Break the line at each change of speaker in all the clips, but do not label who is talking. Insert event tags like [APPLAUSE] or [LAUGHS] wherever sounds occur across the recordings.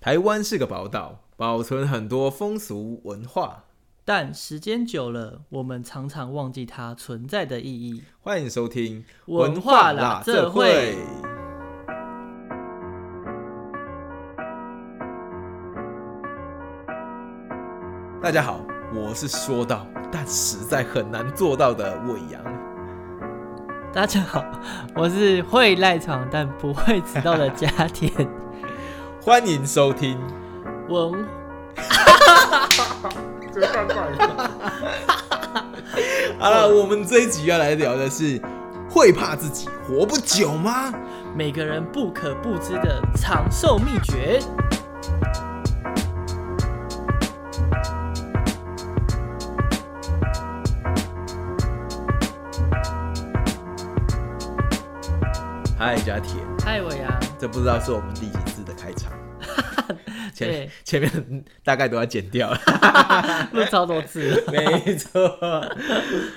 台湾是个宝岛，保存很多风俗文化。
但时间久了，我们常常忘记它存在的意义。
欢迎收听
文化啦这会
文化啦这会大家好，我是说到但实在很难做到的伟阳。
大家好，我是会赖床但不会迟到的家田。
欢迎收听，
文，
好了，我们这一集要来聊的是，会怕自己活不久吗？
每个人不可不知的长寿秘诀。
嗨，家铁，
嗨，伟阳，
这不知道是我们第几次的开 [LAUGHS] 场，前
对
前面大概都要剪掉 [LAUGHS] 了。
录超多次
[LAUGHS]
了。
没错，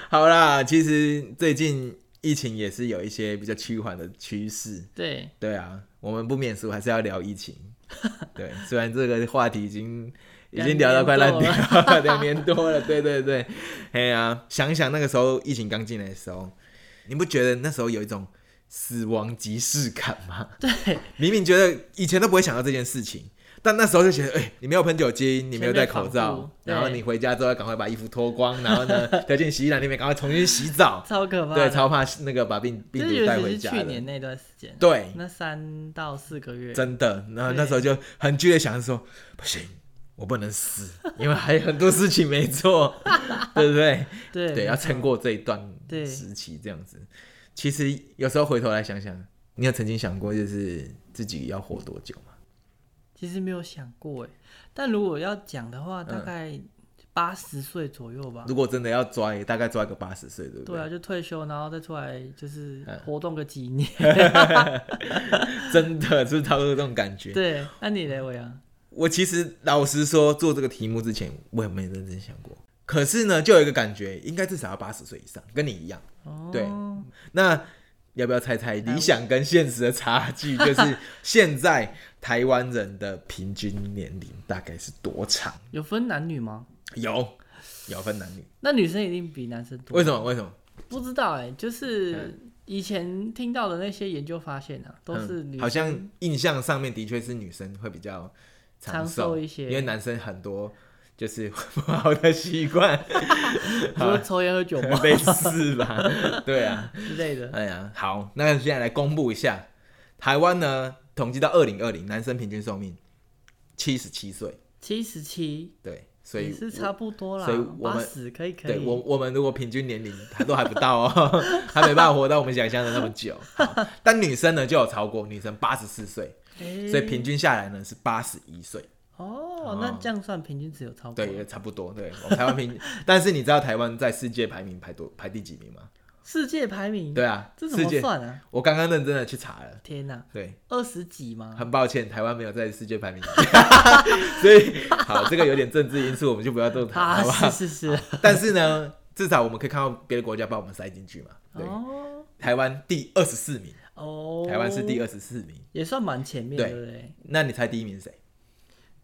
好啦，其实最近疫情也是有一些比较趋缓的趋势。
对， [LAUGHS]
对啊，我们不免俗，还是要聊疫情。对，虽然这个话题已经已经聊到快烂掉了，两 [LAUGHS] 年多了。对对对，哎呀、想想那个时候疫情刚进来的时候，你不觉得那时候有一种死亡即视感吗？对，明明觉得以前都不会想到这件事情。但那时候就觉得，哎、你没有喷酒精，你没有戴口
前面防护
罩，然后
对，
你回家之后要赶快把衣服脱光，然后呢，掉进洗衣篮里面，赶快重新洗澡
[LAUGHS] 超可怕的。
对，超怕那个把病病
就是
毒
尤
带
其
回
是
家
去
的。
年那段时间，
对，
那三到四个月，
真的，然后
对
那时候就很剧烈想着说，不行，我不能死，因为还有很多事情没
[LAUGHS]
做，对不对？
对
对，要啊撑。过这一段
对
时期，这样子。其实有时候回头来想想，你有曾经想过就是自己要活多久吗？
其实没有想过哎，但如果要讲的
嗯
话，大概八十岁左右吧。
如果真的要抓，也大概抓个八十岁，对不嗯
对啊，就退休，然后再出来就是活动个几年。
[LAUGHS] 真的是不是差不多这种感觉。
对，那你嘞，伟阳？
我其实老实说，做这个题目之前，我也没认真想过。可是呢，就有一个感觉，应该至少要八十岁以上，跟你一样。
哦，
对那要不要猜猜理想跟现实的差距？
[LAUGHS]
就是现在台湾人的平均年龄大概是多长？
有分男女吗？
有，有分男女。
那女生一定比男生多。
为什么？为什么？
不知道哎，就是以前听到的那些研究发现啊，都是
嗯
女
好
生
像印象上面的确是女生会比较
长
寿
寿一些
因为男生很多就是 [LAUGHS] 不好的习惯，
比如说抽烟喝酒
[LAUGHS]
嘛
类似吧？对啊，
之类的。
哎呀，好，那现在来公布一下，台湾呢统计到二零二零，男生平均寿命七十七岁。
七十七
对，所
也
以
是
我
差不多啦
所以，我
八
们
十可以可
对
以。
我我们如果平均年龄还都还不到哦，还没办法活到我们想象的那么久。好但女生呢就有超过，女生八十四岁，
哎
所以平均下来呢是八十一岁，
哦，那这样算平均值有超过？
对，也差不多。对，我们台湾平 [LAUGHS] 均，但是你知道台湾在世界排名排多排第几名吗？
世界排名，
对啊，
嗯这怎
世
么
界，
算啊？
我刚刚认真的去查了，
天哪，
对，
二十几吗？
很抱歉，台湾没有在世界排名， [LAUGHS] 所以好，这个有点政治因素，我们就不要动它，
[LAUGHS] 啊，
好不好？
是是是，
但是呢，至少我们可以看到别的国家把我们塞进去嘛。对，
哦
台湾第二十四名，
哦，
台湾是第，二十四名。
也算蛮前面，
对
对不对？
那你猜第一名是谁？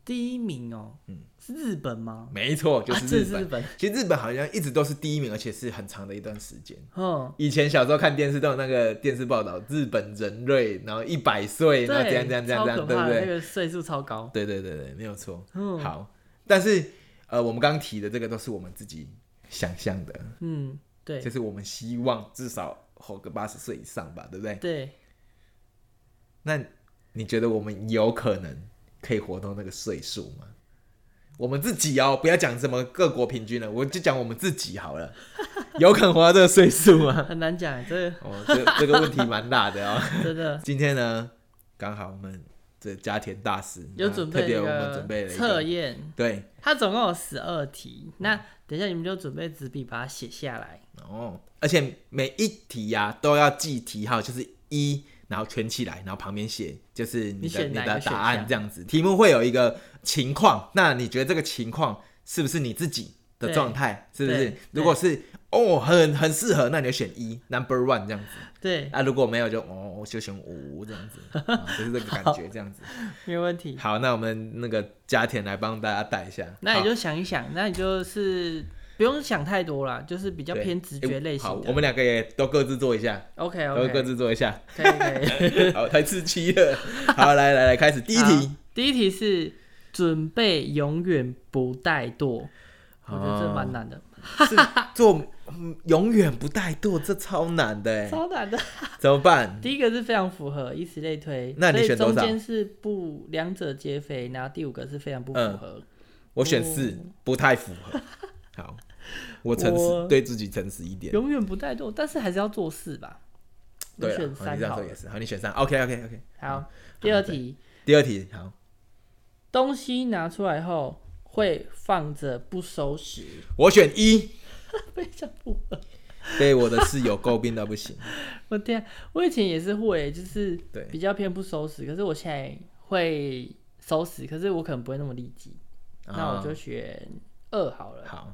第一名哦，是日本吗？
没错，嗯就是
啊这
日
是
本。
日本
其实日本好像一直都是第一名，而且是很长的一段时间。
嗯，
以前小时候看电视都有那个电视报道，日本人瑞，然后一百岁，
对，
然后怎样怎样怎样
超
怎样，对
可
不
怕的，那
对？
个岁数超高，
对对对对，没有错。
嗯
好，但是呃，我们刚刚提的这个都是我们自己想象的，
嗯，对
就是我们希望至少活个八十岁以上吧，对不对？
对，
那你觉得我们有可能可以活到那个岁数吗？我们自己哦，不要讲什么各国平均了，我就讲我们自己好了。有可能活到这个岁数吗？
很难讲，这个
哦，这这个问题蛮大的哦。[LAUGHS]
真的
今天呢，刚好我们这家田大师
有
那
准
啊特
备
别
一
我们准备
个
了一
测
个，
验，
对
它总共有十二题，那等一下你们就准备纸笔把它写下来，
哦，而且每一题呀、都要记题号，就是一，然后圈起来，然后旁边写就是你的
你选
你
哪
的
个选
答案
项
这样子。题目会有一个情况，那你觉得这个情况是不是你自己的
对
状态？是不是
对？
如果是哦，很很适合，那你就选一，number one 这样
[LAUGHS]
子。
对，
啊，如果没有就哦，就选五这样子，啊就是这个感觉这样子。
没问题。
好，那我们那个嘉田来帮大家带一下。
那你
好
就想一想，那你就是不用想太多啦，就是比较
对
偏直
诶
觉类型
好，
的。
我们两个也都各自做一下，
OK
都
OK，
各自做一下。 [LAUGHS]
可以可以。
好，太刺激了。好，来来来，开始第一题
好。，第一题是准备永远不怠惰，
啊
我觉得这蛮难的，
是做嗯永远不怠惰，这超难的哎，
超难的。
怎么办？
第一个是非常符合，以此类推。
那你
所以
选多少
中间是不两者皆非，然后第五个是非常不符
嗯
合。
我选四，
哦
不太符合。好，我诚实
我
对自己诚实一点。
永远不怠惰，但是还是要做事吧。我
对啊，
选
好你
三
这样
好
说
了
也。是。好，你选三。OK OK OK。
好，第二题，
第二题，好，
东西拿出来后会放着不收拾，
我选一，
[LAUGHS] 非常不合。
被我的室友诟病到不行。
我天啊，我以前也是会，就是
对
比较偏不收拾，可是我现在会收拾，可是我可能不会那么利己， [LAUGHS] 那我
啊
就选二好了，
好，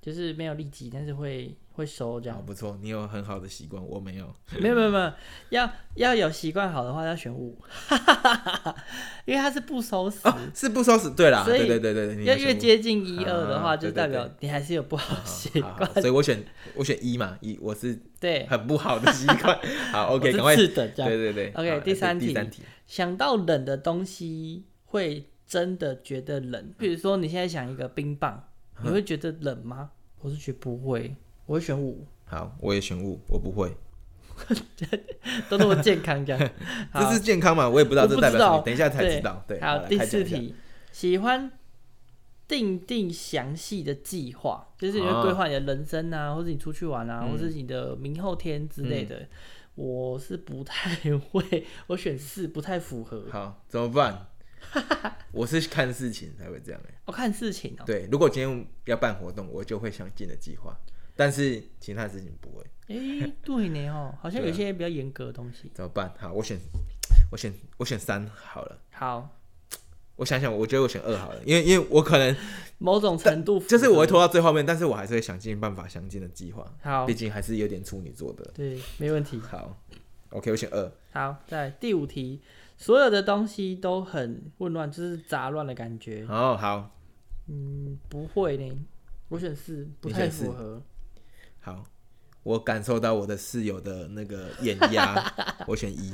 就是没有利己，但是会会收这
好
样。
哦不错，你有很好的习惯，我没有。
没有没有没有，要要有习惯好的话要选五， [LAUGHS] 因为它是不收拾，
哦，是不收拾。对啦，
所以
对对对对，你
要
选
越
五
接近一二的
啊
话，就
对
代
对
表你还是有不好的习
好
惯
好，所以我选我选一嘛，一我是
对
很不好的习
[LAUGHS]
惯。好
我
，OK，
是
赶快。
次等这样
对对对。
OK，
好
第三
第
题
三题。
想到冷的东西，会真的觉得冷。比如说，你现在想一个冰棒，你会觉得冷吗？嗯我是觉得不会，我会选五，
好，我也选五，我不会。
都那么健康 [LAUGHS] 这样。好
这是健康嘛？我也不知道
我
这
不
代
知
表什么，
道
等一下才知道。对，
好，
来
第
开讲
四
一下
题，喜欢定定详细的计划，就是你会规划你的人生啊，嗯或者你出去玩啊，或者你的明后天之类的。我是不太会， [LAUGHS] 我选四不太符合。
好，怎么办？ [LAUGHS] 我是看事情才会这样欸、
我、看事情哦、
对，如果今天要办活动，我就会相近的计划，但是其他事情不会，
诶，对呢哦、好像有些比较严格的东西。
怎么办？好，我选，我选，我选三好了。
好，
我想想，我觉得我选二好了，因为因为我可
[LAUGHS]
能
某种程度符合
就是我会拖到最后面，但是我还是会想尽办法相近的计划，
好
毕，竟还是有点处女座的。
对，没问题。
好，OK，我选二。
好，再来第五题，所有的东西都很混乱，就是杂乱的感觉。
哦，好，
嗯，不会呢，我选四，不
你
太
选四
符合。
好，我感受到我的室友的那个眼压，
[LAUGHS]
我选一，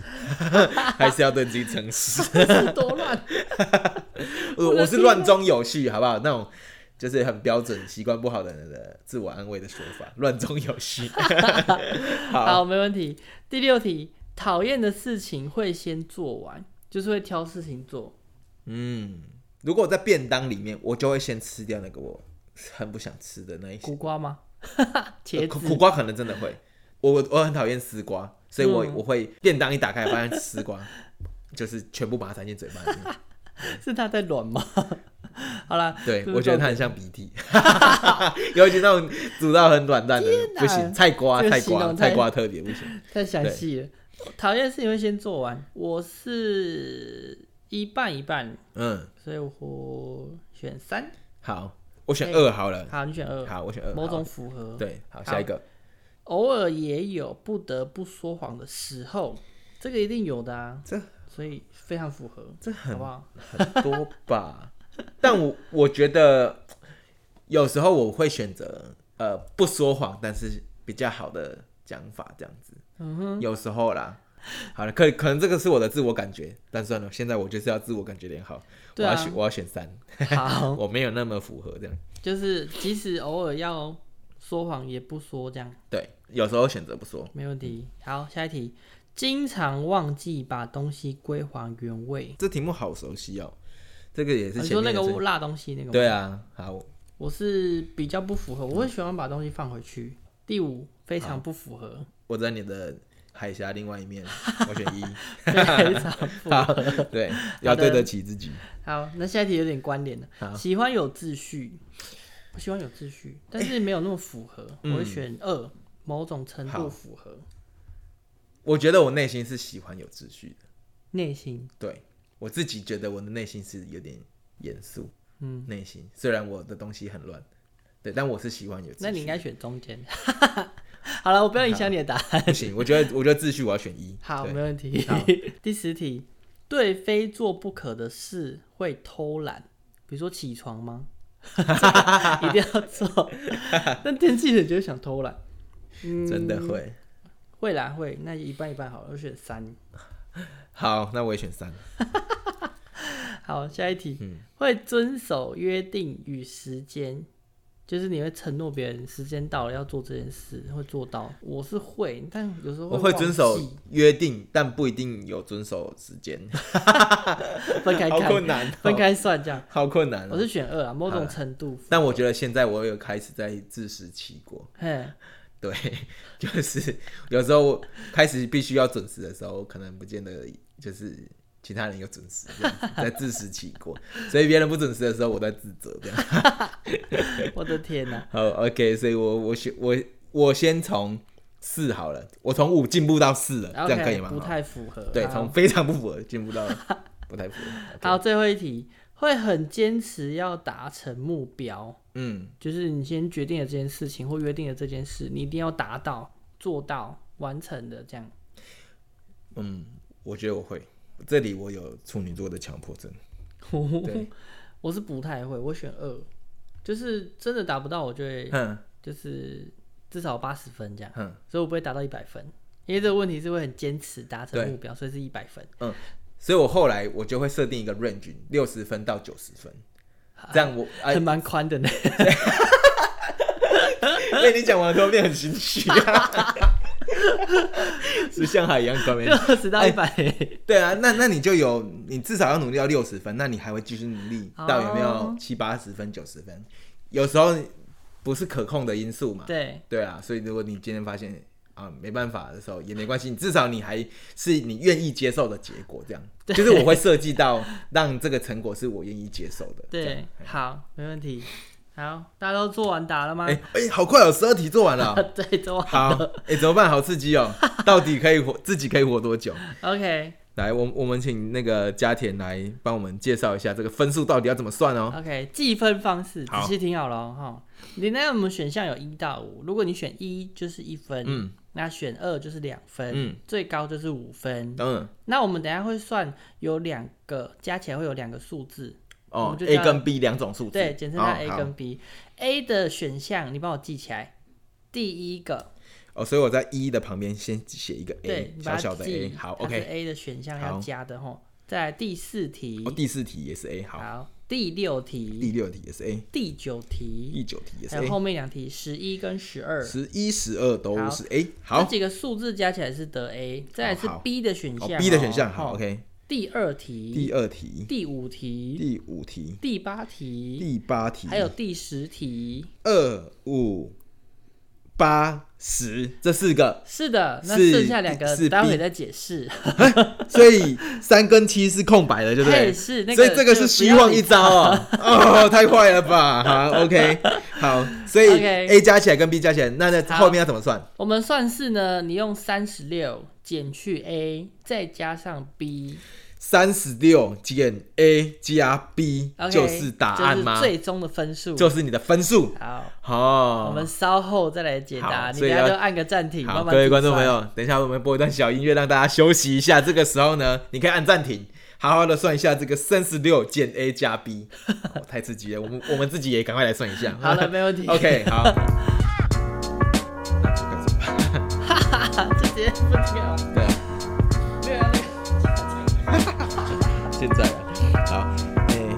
[LAUGHS] 还是要对自己诚实。
是 [LAUGHS] 多乱，
我
我的
我是乱中有序，好不好？那种就是很标准习惯不好的人的自我安慰的说法， [LAUGHS] 乱中有
[LAUGHS]
序。好
好，没问题。第六题，讨厌的事情会先做完，就是会挑事情做。
嗯，如果在便当里面，我就会先吃掉那个我很不想吃的那一些
苦瓜吗？ [LAUGHS]
呃
茄
苦
子
苦瓜，可能真的会。我我我很讨厌丝瓜，所以我、
嗯
我会便当一打开，发现丝瓜 [LAUGHS] 就是全部把它塞进嘴巴里
[LAUGHS]
面。
是它在软吗？ [LAUGHS] 好啦，
对，
这是
我觉得
重
它很像鼻涕， [LAUGHS] 尤其那种煮到很软烂的，
哪
不行，菜瓜、
这个
菜
形
瓜、
容
菜
太
瓜特别不行。
太详细了。讨厌的事情会先做完，我是一半一半，
嗯，
所以我选三。
好，我选
哎
二好了。
好，你选二，
嗯好，我选二。
某
好
种符合。，
对，好，
好
下一个。
偶尔也有不得不说谎的时候，这个一定有的啊。
这
所以非常符合，
这
好
[LAUGHS]
不好？
很多吧，但我我觉得有时候我会选择呃不说谎，但是比较好的讲法这样子。嗯哼，有时候啦。好了，可可能这个是我的自我感觉，但算了，现在我就是要自我感觉良好，我
对啊
要选我要选三，
好，
我没有那么符合这样。
就是即使偶尔要说谎也不说，这样
对，有时候选择不说。
没问题。好，下一题，经常忘记把东西归还原位。
这题目好熟悉哦，这个也
啊
是
你
前
说
面
那
的
个辣东西那个吗？
对啊，好，
我是比较不符合，我会喜欢把东西放回去。第五，非常不
[LAUGHS]
符合，
我在你的海峡另外一面，我选
[LAUGHS]
一。
非常不符
好
合。，
对，要对得起自己。
好，那下一题有点关联了。喜欢有秩序，我喜欢有秩序，但是没有那么符合，我会选二，某种程
嗯好
度符合
我觉得我内心是喜欢有秩序的，
内心。
对我自己觉得我的内心是有点严肃，
嗯，
内心虽然我的东西很乱，对，但我是喜欢有秩序。
那你应该选中间。 [LAUGHS] 好了，我不要影响你的答案。
[LAUGHS] 不行，我觉得我觉得秩序我要选一。
好，
对
没问题
好。
[LAUGHS] 第十题，对非做不可的事会偷懒，比如说起床吗？ [LAUGHS] 一定要
[LAUGHS]
做，但天气冷就会想偷懒。
真的会。
嗯会啦，会，那一半一半好了，我选三。
好，那我也选三。
[LAUGHS] 好，下一题，
嗯
会遵守约定与时间，就是你会承诺别人时间到了要做这件事，会做到。我是会，但有时候
我会
忘
遵守
记
约定，但不一定有遵守时
[LAUGHS]
间，[LAUGHS]
分开
好
看，
困难哦、
分开算这样。
好困难、
我
哦。
是选二啊，某种程度，
但我觉得现在我有开始在自食其果，
嘿，
对， [LAUGHS] 就是有时候我开始必须要准时的时候，可能不见得就是其他人有准时这样子，在自食其果，所以别人不准时的时候，我在自责这样。
我的天哪、
好，OK，所以我我先我我先从四好了，我从五进步到四了， [LAUGHS] 这样可以
o k 不
吗？
太符合。
对，
好
从非常不符合进步到不太符合。
好，最后一题，会很坚持要达成目标，
嗯，
就是你先决定了这件事情或约定了这件事，你一定要达到、做到、完成的这样。
嗯，我觉得我会，这里我有处女座的强迫症。
[LAUGHS]
对
我是不太会，我选二，就是真的达不到，我就会
哼
就是至少八十分这样，
哼，
所以我不会达到一百分，因为这个问题是会很坚持达成目标，所以是一百分。
嗯所以我后来我就会设定一个 range，六十分到九十分，这样我哎
很，蛮
[LAUGHS]
宽的呢，
被你讲完之后变很心虚啊，
[LAUGHS]
是像海一样高明
六。十到
哎
一百、
对啊，那那你就有，你至少要努力到六十分，那你还会继续努力到有没有
哦
七八十分、九十分？有时候不是可控的因素嘛。
对，
对啊，所以如果你今天发现啊没办法的时候也没关系，你至少你还是你愿意接受的结果，这样。就是我会设计到让这个成果是我愿意接受的。这样
对，好，没问题。好，大家都做完答了吗？
哎哎、好快哦，十二题做完了哦、
[LAUGHS] 对，做完。
好，哎、怎么办？好刺激哦！到底可以活自己可以活多久？
OK
来，我我们请那个嘉田来帮我们介绍一下这个分数到底要怎么算哦。
OK，计分方式仔
好
细听好了哦哈。你那我们选项有一到五，如果你选一就是一分，
嗯
那选二就是两分，
嗯
最高就是五分。
嗯，
那我们等一下会算有两个加起来会有两个数字，我
哦
们就这
，A
样
跟 B 两种数字，
对，简称叫
哦
A
好
跟 B。A 的选项你帮我记起来，第一个，
哦，所以我在一的旁边先写一个
对
A，，
你把
小小
它
的 A，
记
好
它是
，OK。
A 的选项
好
要加的吼。再来第四题
哦，，第四题也是 A，好，
好，第六题，
第六题也是 A，
第九
第
题，
九题也是
还有
A，
后面两题十一跟十二。
十一、十二都
好
是 A，
这
好，
几个数字加起来是得 A，再来是
好好
B 的选项、
哦，B 的选项，
哦
好，OK。
第二题、
第二题、
第五题、
第五题、
第八题，
第八题，
还有第十题。
二五八十这四个，
是的，那
是
剩下两个
是
待
B
会再解释。
所以三跟七是空白的，对不对？
嘿哎是那
所
个
以这个是虚妄一招哦，哦，太坏了吧！好，OK，好，所以
OK
A 加起来跟 B 加起来，那那
好
后面要怎么算？
我们算式呢，你用三十六减去 A，再加上 B，
三十六减 A 加 B
o k
就是答案吗？
最终的分数。
就是你的分数
好，
哦。
我们稍后再来解答。
好
你
所
等
以
一下
要
就按个暂停，
好，
慢慢
各位观众
计
朋
算。
友，等一下我们播一段小音乐，让大家休息一下。这个时候
[LAUGHS]
呢，你可以按暂停，好好的算一下这个三十六减 A 加 B，、哦太刺激了。我们我们自己也赶快来算一下。
[LAUGHS] 好了，没问题。
OK，好。
[LAUGHS]
那这个怎么办
[LAUGHS] 就直接不听了。
对啊，
对啊，那个。
现在啊，好，A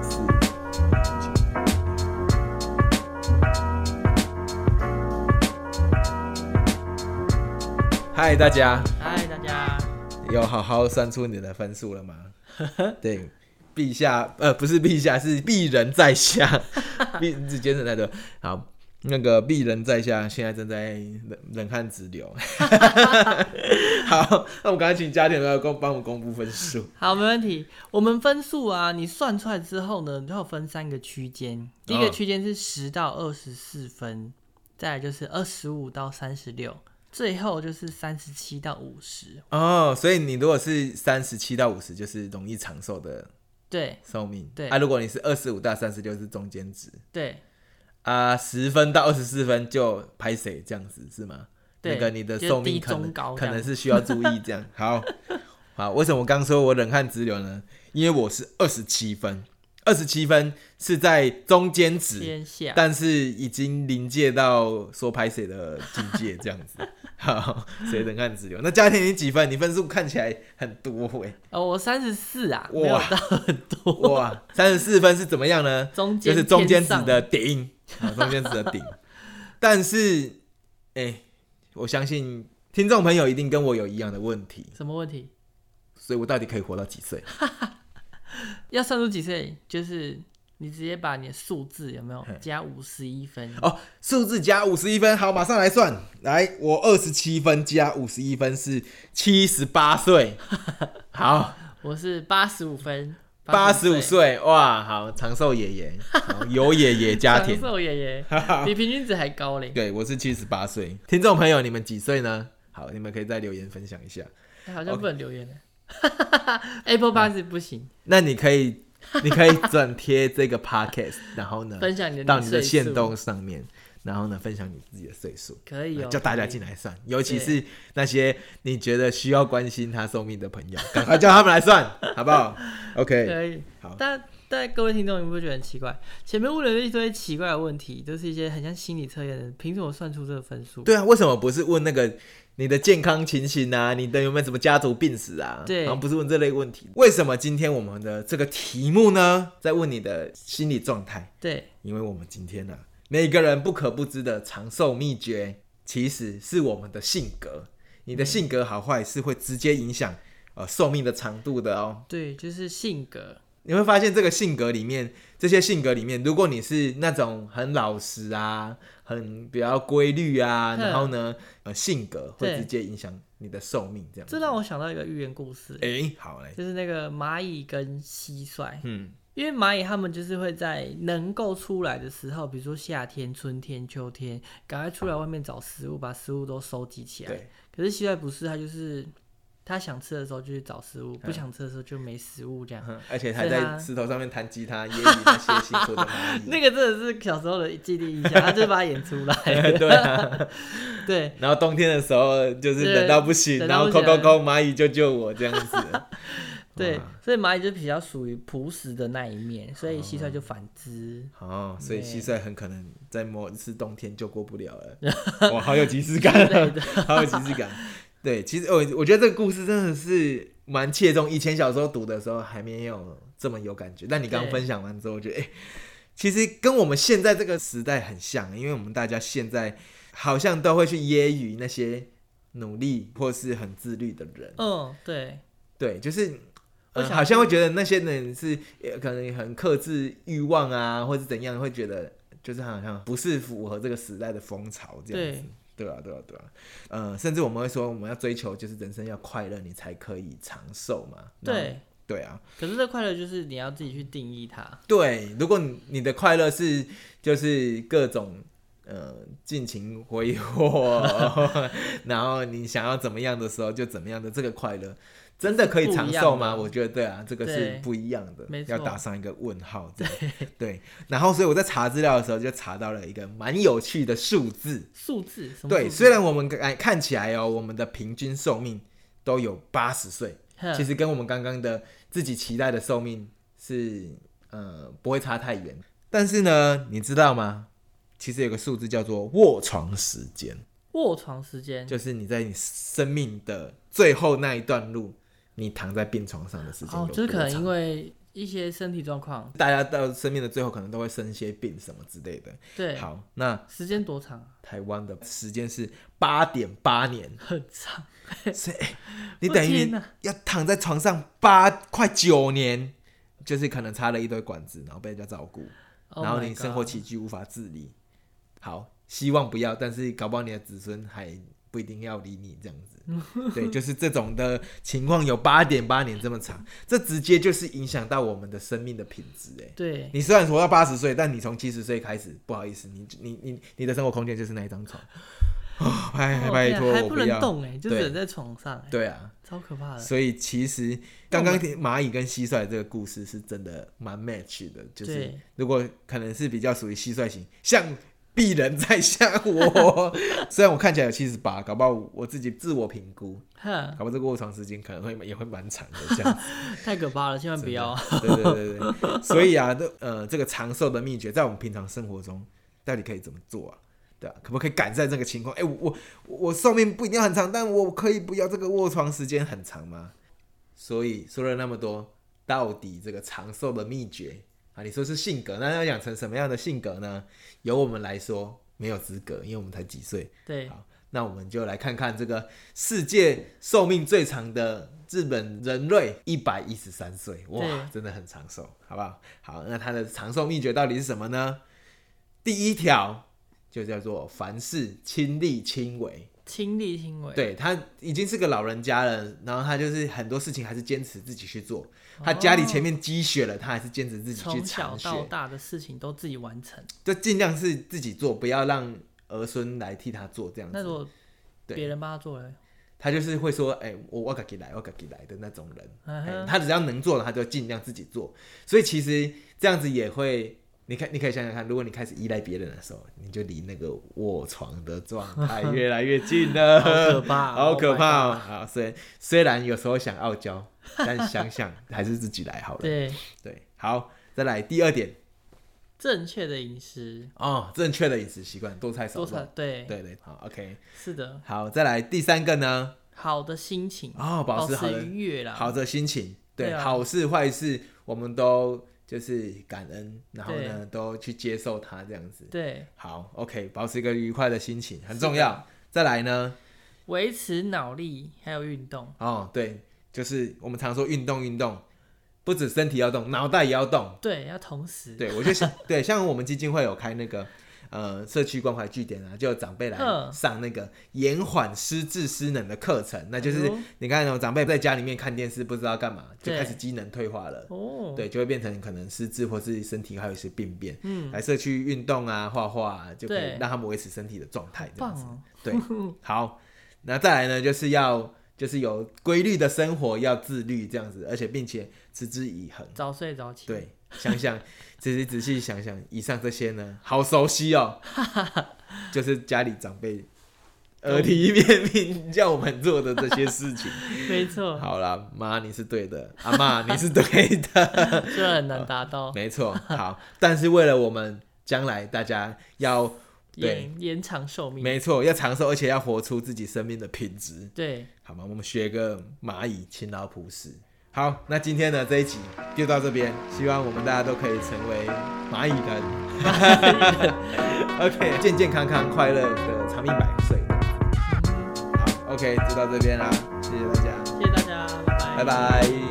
四九。嗨，大家
嗨，大家。
有好好算出你的分数了吗？ [LAUGHS] 对，陛下，呃，不是陛下，是鄙人在下， [LAUGHS] 鄙是奸臣太多。好，那个鄙人在下现在正在冷冷汗直流。 [LAUGHS] 好，那我们赶快请家庭来公帮我们公布分数。
好，没问题。我们分数啊，你算出来之后呢，它有分三个区
哦
间。第一个区间是十到二十四分，再来就是二十五到三十六，最后就是三十七到五十。
[LAUGHS] 哦，所以你如果是三十七到五十，就是容易长寿的
对
寿命。
对
啊，如果你是二十五到三十六，是中间值。
对，
啊，十分到二十四分就拍谁这样子是吗？
对
那个你的
就是
寿命
低
可能
中高
可
这
能
样
是需要注意这
[LAUGHS]
样。好，好，为什么我刚说我冷汗直流呢？因为我是二十七分，二十七分是在中间值，
天下，
嗯但是已经临界到说拍谁的境界这样子。 [LAUGHS] 好，谁冷汗直流？那嘉田你几分？你分数看起来很多哎、
哦，我三十四啊，
哇
没有到很
[LAUGHS]
多，
哇，三十四分是怎么样呢？
中
就
间
是中间
偏
值
上
的 [LAUGHS] 顶，啊，中间值的顶。但是，哎、我相信听众朋友一定跟我有一样的问题，
什么问题？
所以我到底可以活到几岁？
要算出几岁？就是你直接把你的数字有没有
嘿
加五十一分？
哦，数字加五十一分，好，马上来算。来，我二十七分加五十一分是七十八岁。 [LAUGHS] 好，
我是八十五分，
八十五
85
岁，哇，好，长寿爷爷，好有爷爷家庭 [LAUGHS]
长。寿爷爷比平均值还高嘞。
对，我是七十八岁。听众朋友，你们几岁呢？好，你们可以在留言分享一下。
哎好像不能留言嘞。Apple p a s 不行，
那你可
[LAUGHS]
以，你可以转贴这个 podcast，然后呢，
分享你的
到你的
岁
线
数
动上面，然后呢，分享你自己的岁数，
可以哦，
叫大家进
来。
来算，尤其是那些你觉得需要关心他寿命的朋
[LAUGHS]
友，赶快叫他们来算，好不好？OK，
可以
好，
但但各位听众，你们会觉得很奇怪，前面问了一堆奇怪的问题，都是一些很像心理测验的，凭什么算出这个分数？
对啊，为什么不是问那个你的健康情形啊，你的有没有什么家族病史啊？
对
然后不是问这类问题，为什么今天我们的这个题目呢，在问你的心理状态？
对，
因为我们今天呢、每个人不可不知的长寿秘诀，其实是我们的性格。你的性格好坏是会直接影响呃寿命的长度的哦。
对，就是性格，
你会发现这个性格里面，这些性格里面，如果你是那种很老实啊，很比较规律啊，
嗯
然后呢，呃，性格会
对
直接影响你的寿命这样子。
这让我想到一个寓言故事，
哎、好嘞，
就是那个蚂蚁跟蟋蟀，
嗯，
因为蚂蚁它们就是会在能够出来的时候，比如说夏天、春天、秋天，赶快出来外面找食物，把食物都收集起来。
对，
可是蟋蟀不是，它就是它想吃的时候就去找食物，不想吃的时候就没食物这样。
嗯而且还
是
在
啊
石头上面弹吉他，揶揄那些辛苦的蚂蚁。
[LAUGHS] [LAUGHS] 那个真的是小时候的记忆印
[LAUGHS]
象，他就把它演出来了。
对啊。
[LAUGHS] 对，
然后冬天的时候就是
对
冷到不行，
冷
然
到
后
不
扣
行啊
扣扣蚂蚁救救我这样子。
对
哇，
所以蚂蚁就比较属于朴实的那一面，所以蟋蟀就反之。
哦，所以
对
蟋蟀很可能在某一次冬天就过不了了。 [LAUGHS] 哇，好有即视感啊
之类，
好有即视感。对，其实我我觉得这个故事真的是蛮切中，以前小时候读的时候还没有这么有感觉，但你刚
对
分享完之后，我觉得哎、其实跟我们现在这个时代很像，欸因为我们大家现在好像都会去揶揄那些努力或是很自律的人。
嗯，对，
对，就是、
我
呃、
想
好像会觉得那些人是呃可能很克制欲望啊，或者怎样，会觉得就是好像不是符合这个时代的风潮这样子
对。
对啊，对啊，对啊，呃，甚至我们会说，我们要追求就是人生要快乐，你才可以长寿嘛。然后，
对。
对啊，
可是这快乐就是你要自己去定义它。
对。如果你你的快乐是就是各种呃尽情挥霍， [LAUGHS] 然后你想要怎么样的时候就怎么样的这个快乐，真的可以长寿吗？
这是不一样的
我觉得对啊，这个是
对
不一样的
没，错
要打上一个问号这样。对，然后所以我在查资料的时候就查到了一个蛮有趣的数字。
数字什么
对，
数字
虽然我们看看起来哦，我们的平均寿命都有八十岁，
哼
其实跟我们刚刚的自己期待的寿命是呃不会差太远。但是呢，你知道吗？其实有个数字叫做卧床时间，
卧床时间
就是你在你生命的最后那一段路，你躺在病床上的时间有
哦，
多
就是可能
长
因为一些身体状况，
大家到生命的最后可能都会生些病什么之类的。
对，
好，那
时间多长啊？
台湾的时间是八点八年，
很长，
所以、哎你
我
等
哦天
于
哪
要躺在床上八快九年，就是可能插了一堆管子，然后被人家照顾，然后你生活
Oh my
起居无法自理。好，希望不要，但是搞不好你的子孙还不一定要理你这样
[LAUGHS]
子。对，就是这种的情况有八点八年这么长，这直接就是影响到我们的生命的品质哎、
God 对，
你虽然活到八十岁，但你从七十岁开始，不好意思，你你你你的生活空间就是那一张床。 [SIGHS] 哦拜
[LAUGHS] 哦
拜
天啊
托，
还
我
不
不
能
要。
动哎，就只
对
能在床上哎，
对啊，
超可怕的。
所以其实刚刚听蚂蚁跟蟋蟀这个故事是真的蛮 match 的，就是
对
如果可能是比较属于蟋蟀型，像鄙人在下我， [LAUGHS] 虽然我看起来有七十八，搞不好我自己自我评估，
哼，
搞不好这个卧床时间可能会也会蛮长的这样子。
[LAUGHS] 太可怕了，千万不要。
对对对对对，所以啊，这呃，这个长寿的秘诀，在我们平常生活中到底可以怎么做啊？对啊，可不可以改善这个情况？哎、我我我寿命不一定很长，但我可以不要这个卧床时间很长吗？所以说了那么多，到底这个长寿的秘诀啊，你说是性格，那要养成什么样的性格呢？由我们来说没有资格，因为我们才几岁。
对，
好，那我们就来看看这个世界寿命最长的日本人类，一百一十三岁，哇
对，
真的很长寿，好不好？好，那他的长寿秘诀到底是什么呢？第一条就叫做凡事亲力亲为，
亲力亲为。
对他已经是个老人家了，然后他就是很多事情还是坚持自己去做。他家里前面积雪了，他还是坚持自己去
从小
铲雪
到，大的事情都自己完成。
就尽量是自己做，不要让儿孙来替他做这样子。
那如果
对
别人帮他做了，
他就是会说，哎、我我自己来，我自己来的那种人。
嗯
哎
哼
他只要能做，他就尽量自己做。所以其实这样子也会，你看，你可以想想看，如果你开始依赖别人的时候，你就离那个卧床的状态越来越近了，
[LAUGHS] 好可
[LAUGHS]
怕
好可怕
Oh
哦！好，虽然虽然有时候想傲娇，但想想还是自己来好了。
对，
对，好，再来第二点
正确的饮食，
哦，正确的饮食习惯，多菜哎少
多少
肉。
对，
对对，好，OK，
是的，
好，再来第三个呢，
好的心情，
哦，保持好的
愉悦啦，
好的心情，对，
对啊
好事坏事我们都就是感恩，然后
对
呢都去接受它这样子。
对，
好，OK，保持一个愉快的心情很重要。再来呢，
维持脑力还有运动，
哦，对，就是我们常说运动运动，不止身体要动，脑袋也要动。
对，要同时，
对我就
[LAUGHS]
想，对，像我们基金会有开那个。呃，社区关怀据点啊，就有长辈来
嗯
上那个延缓失智失能的课程，那就是
哎呦
你看那哦种长辈在家里面看电视不知道干嘛，就
对
开始机能退化了。
哦，
对，就会变成可能失智或是身体还有一些病变，
嗯，
来社区运动啊、画画啊，就可以
对
让他们维持身体的状态这样
棒
子。
哦，
对，好，那再来呢，就是要就是有规律的生活，要自律这样子，而且并且持之以恒。
早睡早起，，
对，想想，仔细仔细想想，以上这些呢，好熟悉
[LAUGHS]
哦，就是家里长辈耳提面命叫我们做的这些事
[LAUGHS]
情。
没错，
好啦，妈，你是对的，阿妈，你是对的。
虽然很难达到，
没错，好，但是为了我们将来大家要对，
延延长寿命，
没错，要长寿，而且要活出自己生命的品质，
对，
好吗？我们学个蚂蚁，勤劳朴实。好，那今天的这一集就到这边，希望我们大家都可以成为蚂蚁人 [LAUGHS] ，OK，健健康康，快乐的长命百岁。
嗯
好，OK，就到这边啦，谢谢大家，
谢谢大家，拜
拜。
拜
拜。